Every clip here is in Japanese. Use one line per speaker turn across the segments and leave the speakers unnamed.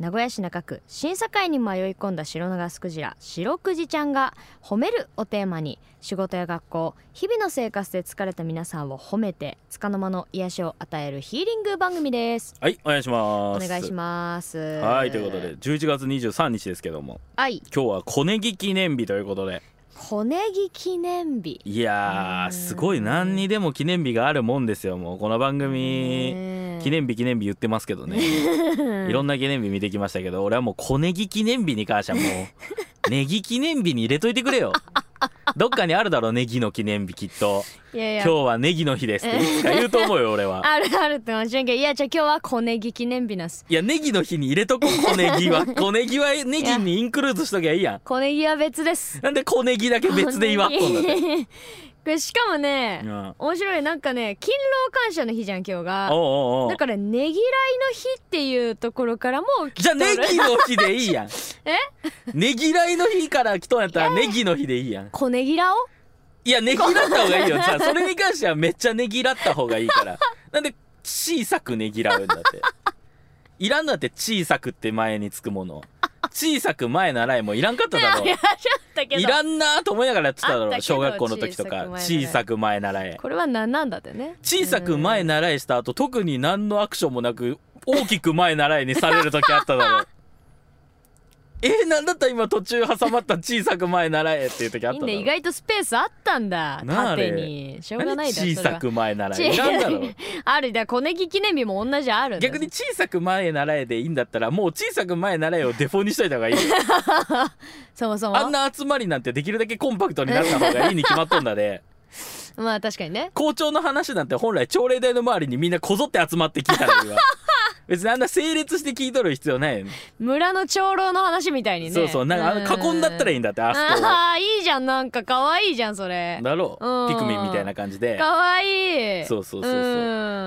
名古屋市中区審査会に迷い込んだ白長スクジラ白くじちゃんが「褒める」をテーマに仕事や学校日々の生活で疲れた皆さんを褒めて束の間の癒しを与えるヒーリング番組です
はいお願いし
お
ます
願いします
はいということで11月23日ですけども
はい
今日は小ネギ記念日ということで
小ネギ記念日
い
う
やー
ん
すごい何にでも記念日があるもんですよもうこの番組
ねえ
記念日記念日言ってます けどねいろんな記念日見てきましたけど俺はもう小ネギ記念日に関してはも うネギ記念日に入れといてくれよどっかにあるだろうネギの記念日きっと
いやいや
今日はネギの日ですっていつか言うと思うよ俺は
あるあるってもしれんけどいやじゃあ今日は小ネギ記念日なんす
いやネギの日に入れと こ小ネギは小ネギはネギにインクルーズしときゃいいやん
小ネギは別です
なんで小ネギだけ 別で言わっとんだって、
こ れしかもね、
うん、おう
面白いなんかね勤労感謝の日じゃん今日が
おうおう
だからねぎらいの日っていうところからもう
じゃあネギの日でいいやん
え
ネギらいの日から来とんやったらネギの日でいいやん
小ネギらお
いやネギらった方がいいよじゃあそれに関してはめっちゃネギらった方がいいからなんで小さくネギらうんだっていらんのだって小さくって前につくもの小さく前習いもいらんかっただ ろ
いやちょっとけど
いらんなと思いながらやってただ
あった
ろ
けど
小学校の時とか小
小
さ
さ
く前習え
これは何なんだってね
小さく前習いした後特に何のアクションもなく大きく前習いにされる時あっただろ えー、なんだった今途中挟まった小さく前習えっていう時あっ
いい
ただ
ね意
ろ
外とスペースあったんだ
なあ
縦にしょうがない
何
だろ
小
それ
さ
は
く前習
違
え
う
いらんだろ
あるだから小ネギ記念日も同じあるんだよ
逆に小さく前習えでいいんだったらもう小さく前習えをデフォにしといた方 がいいよ
そもそも
あんな集まりなんてできるだけコンパクトになった方がいいに決まっとんだね
まあ確かにね
校長の話なんて本来朝礼台の周りにみんなこぞって集まって聞いたらい いわ別にあんな整列して聞いとる必要ないよね
村の長老の話みたいにね
そうそうなんかあの囲んだったらいいんだってあそこ
ああーいいじゃんなんか可愛いじゃんそれ
をだろ
うん
うピクミンみたいな感じで
可愛い
そうそうそうそう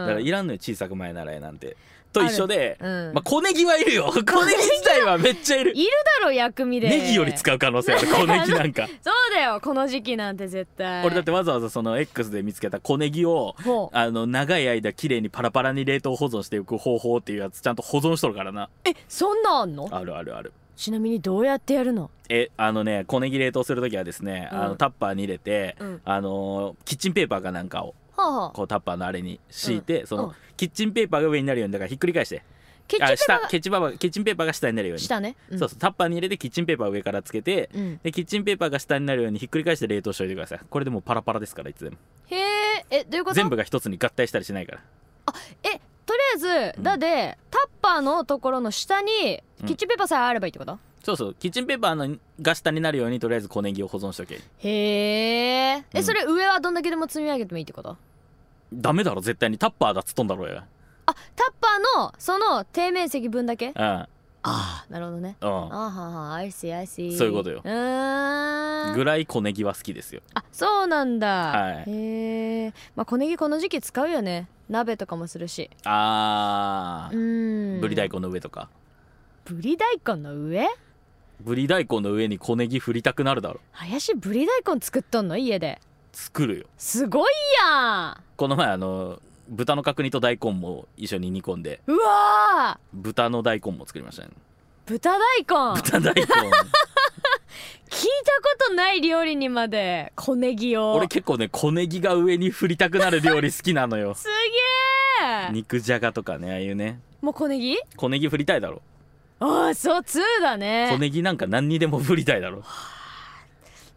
だからい
ら
らんのよ小さく前習いなんてと一緒で
うん
まあ小ネギはい るよ小ネギ自体はめっちゃいる
いるだろ薬味で
ネギより使う可能性ある 小ネギなんか
そうだよこの時期なんて絶対
俺だってわざわざその X で見つけた小ネギを
ほう
あの長い間綺麗にパラパラに冷凍保存していく方法っていうやつちゃんと保存しとるからな
えそんなんあんの
あるあるある
ちなみにどうやってやるの
えあのね小ネギ冷凍する時はですね、あ
う
の
ん
タッパーに入れて、
うん
あのーキッチンペーパーかなんかを
はあ、はあ、
こうタッパーのあれに敷いて、そうの
ん
キッチンペーパーが上になるようにだからひっくり返して
ケチ
あ
ャップ
下キッチンペーパーキッチンペーパーが下になるように
下ね、ん
そうそうタッパーに入れてキッチンペーパーを上からつけて、
うん
でキッチンペーパーが下になるようにひっくり返して冷凍しておいてくださいこれでもうパラパラですからいつでも
へええどういうこと
全部が一つに合体したりしないから
えとりあえず、
うん
だでタッパーのところの下に
うん
キッチンペーパーさえあればいいってこと、
そうそうキッチンペーパーのが下になるようにとりあえず小ネギを保存しとけ
へえ
う
え
ん
それ上はどんだけでも積み上げてもいいってこと
ダメだろ絶対にタッパーだっつっとんだろうよ
あタッパーのその底面積分だけ
うん
ああなるほどね
うん
あははアイスアイス
そういうことよ
うーん
ぐらい小ネギは好きですよ
あそうなんだ、
はい
へえまあ小ネギこの時期使うよね鍋とかもするし
あ
う
ー
ーん
ぶり大根の上とか
ぶり大根の上
ぶり大根の上に小ネギ振りたくなるだろ
林ぶり大根作っとんの家で
作るよ
すごいや
この前あの豚の角煮と大根も一緒に煮込んで
んうわー
豚の大根も作りましたね
豚大根
豚 大根
聞いたことない料理にまで小ネギを
俺結構ね小ネギが上に振りたくなる料理好きな のよ
すげえ
肉じゃがとかねああいうね
もう小ネギ
小ネギ振りたいだろ
ああそう2だ
小
ね
ネギなんか何にでも振りたいだろ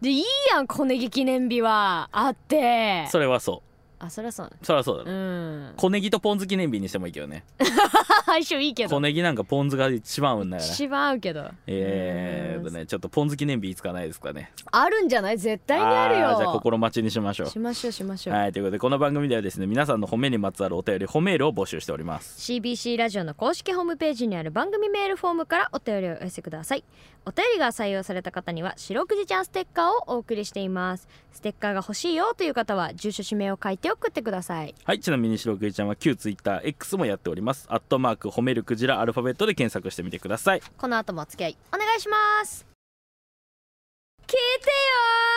でいいやん小ネギ記念日はあって
それはそ
あそりゃそうね
うそれはそうだろ
うん
小ネギとポン酢記念日にしてもいいけどね
相性いいけ
小
ど
ネギなんかポン酢が一番合うんだから
一番合うけど
えー、
う
と
ん
ねちょっとポン酢記念日いつかないですかね
あるんじゃない絶対にある
あ
よ
ーじゃあ心待ちにしましょ
しましょうしまし
う
ょう、
はいということでこの番組ではですね皆さんの褒めにまつわるお便り褒めールを募集しております
CBC ラジオの公式ホームページにある番組メールフォームからお便りをお寄せくださいお便りが採用された方には「白くじちゃんステッカー」をお送りしていますステッカーが欲しいよという方は住所氏名を書いてを送ってください
はいちなみに白くじちゃんは旧ツイッター X もやっておりますアットマーク褒めるクジラアルファベットで検索してみてください
この後もお付き合いお願いします聞いてよ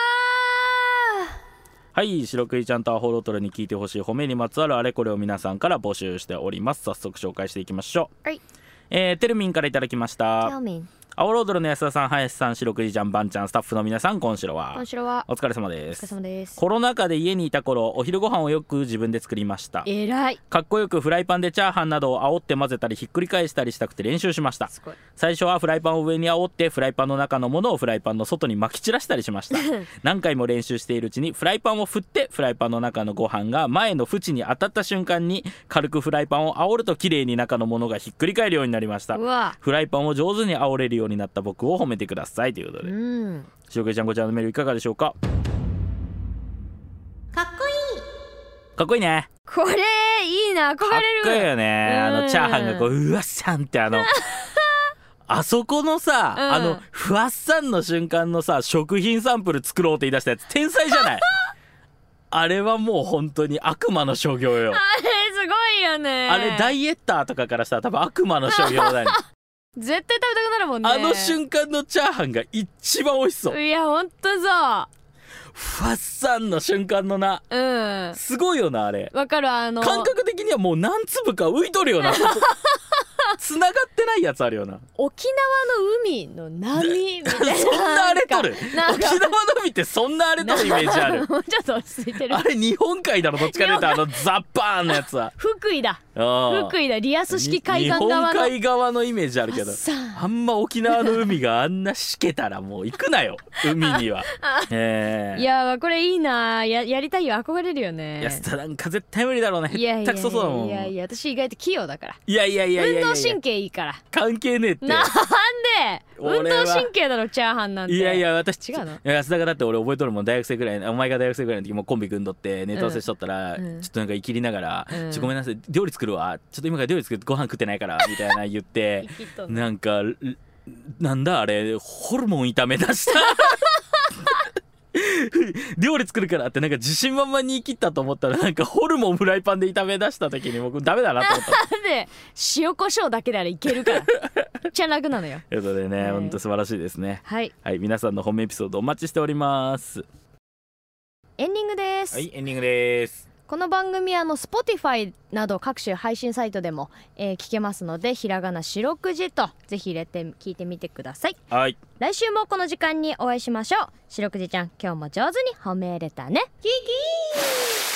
はい白くじちゃんとアホロトルに聞いてほしい褒めにまつわるあれこれを皆さんから募集しております早速紹介していきましょう
はい
えー、テルミンからいただきまし
ー
た
テオミン
青ロードルの安田さん林さん白くじちゃんばんちゃんスタッフの皆さんこんしろは
今週は
お
お疲
疲れ様です
れ様です
コロナ禍で家にいた頃お昼ご飯をよく自分で作りました
えらい
かっこよくフライパンでチャーハンなどを煽って混ぜたりひっくり返したりしたくて練習しました
すごい
最初はフライパンを上に煽ってフライパンの中のものをフライパンの外に撒き散らしたりしました 何回も練習しているうちにフライパンを振ってフライパンの中のご飯が前の縁に当たった瞬間に軽くフライパンを煽ると綺麗に中のものがひっくり返るようになりました
うわ
フライパンを上手に煽れるようになった僕を褒めてくださいということ
う
で
ん
白毛ちゃんこちらのメールいかがでしょうか
かっこいい
かっこいいね
これいいな憧
かっこいい
れる
よねあ
う
の
ん
チャーハンがこううわっさんって あのあそこのさ、
うん
あのふわっさんの瞬間のさ食品サンプル作ろうって言い出したやつ天才じ ゃないあれはもう本当に悪魔の商業よ
あれすごいよね
あれダイエッターとかからしたら多分悪魔の商業 だよ、ね、
絶対食べたくなるもんね
あの瞬間のチャーハンが一番美味しそう
いやほんとさ
ふわっさんの瞬間のな
うん
すごいよなあれ
わかるあの
感覚的にはもう何粒か浮いと るよな繋がってないやつあるよな
沖縄の海の波みたいな
そんな荒れとる
なん
沖
か
縄の海ってそんな荒れとるイメージある
もうちょっと落ち着いてる
あれ日本海だろどっちかというとあのザッパーンのやつは
福井だ
うん
福井だリアス式海岸側
日本
の
海側のイメージあるけど
さあ
あんま沖縄の海があんなしけたらもう行くなよ海にはええ
いやこれいいなややりたいよ憧れるよね
安田なんか絶対無理だろうね
いやいや
へっ
い
たくそそうだもん
やいや私意外と器用だから
いやいやいやいや
運
いや
動神経いいから
関係ねえって
なんで運
俺は
動神経だろチャーハンなんて
いやいや私
違うの
いや安田がだって俺覚えとるもん大学生くらいお前が大学生くらいの時もうコンビ組んどってネタ合わせしとったら、
うんうん
ちょっとなんかいきりながら「
うん
ちょごめんなさい料理作るわちょっと今から料理作ってご飯食ってない から」みたいな言って
生きとんな
なんかルなんだあれホルモン炒め出した 料理作るからってなんか自信満々に言い切ったと思ったらなんかホルモンフライパンで炒め出した時に僕ダメだなと思った。
なんで塩コショウだけであれいける からめっちゃ楽なのよ
ということでね
はい
本当素晴らしいですね。
はい
はい皆さんの本命エピソードお待ちしております。
エンディングです、
エンディングです。
この番組はあの Spotify など各種配信サイトでも、えー聞けますのでひらがな白くじとぜひ入れて聞いてみてください
はい、
来週もこの時間にお会いしましょう白くじちゃん今日も上手に褒めれたねキキー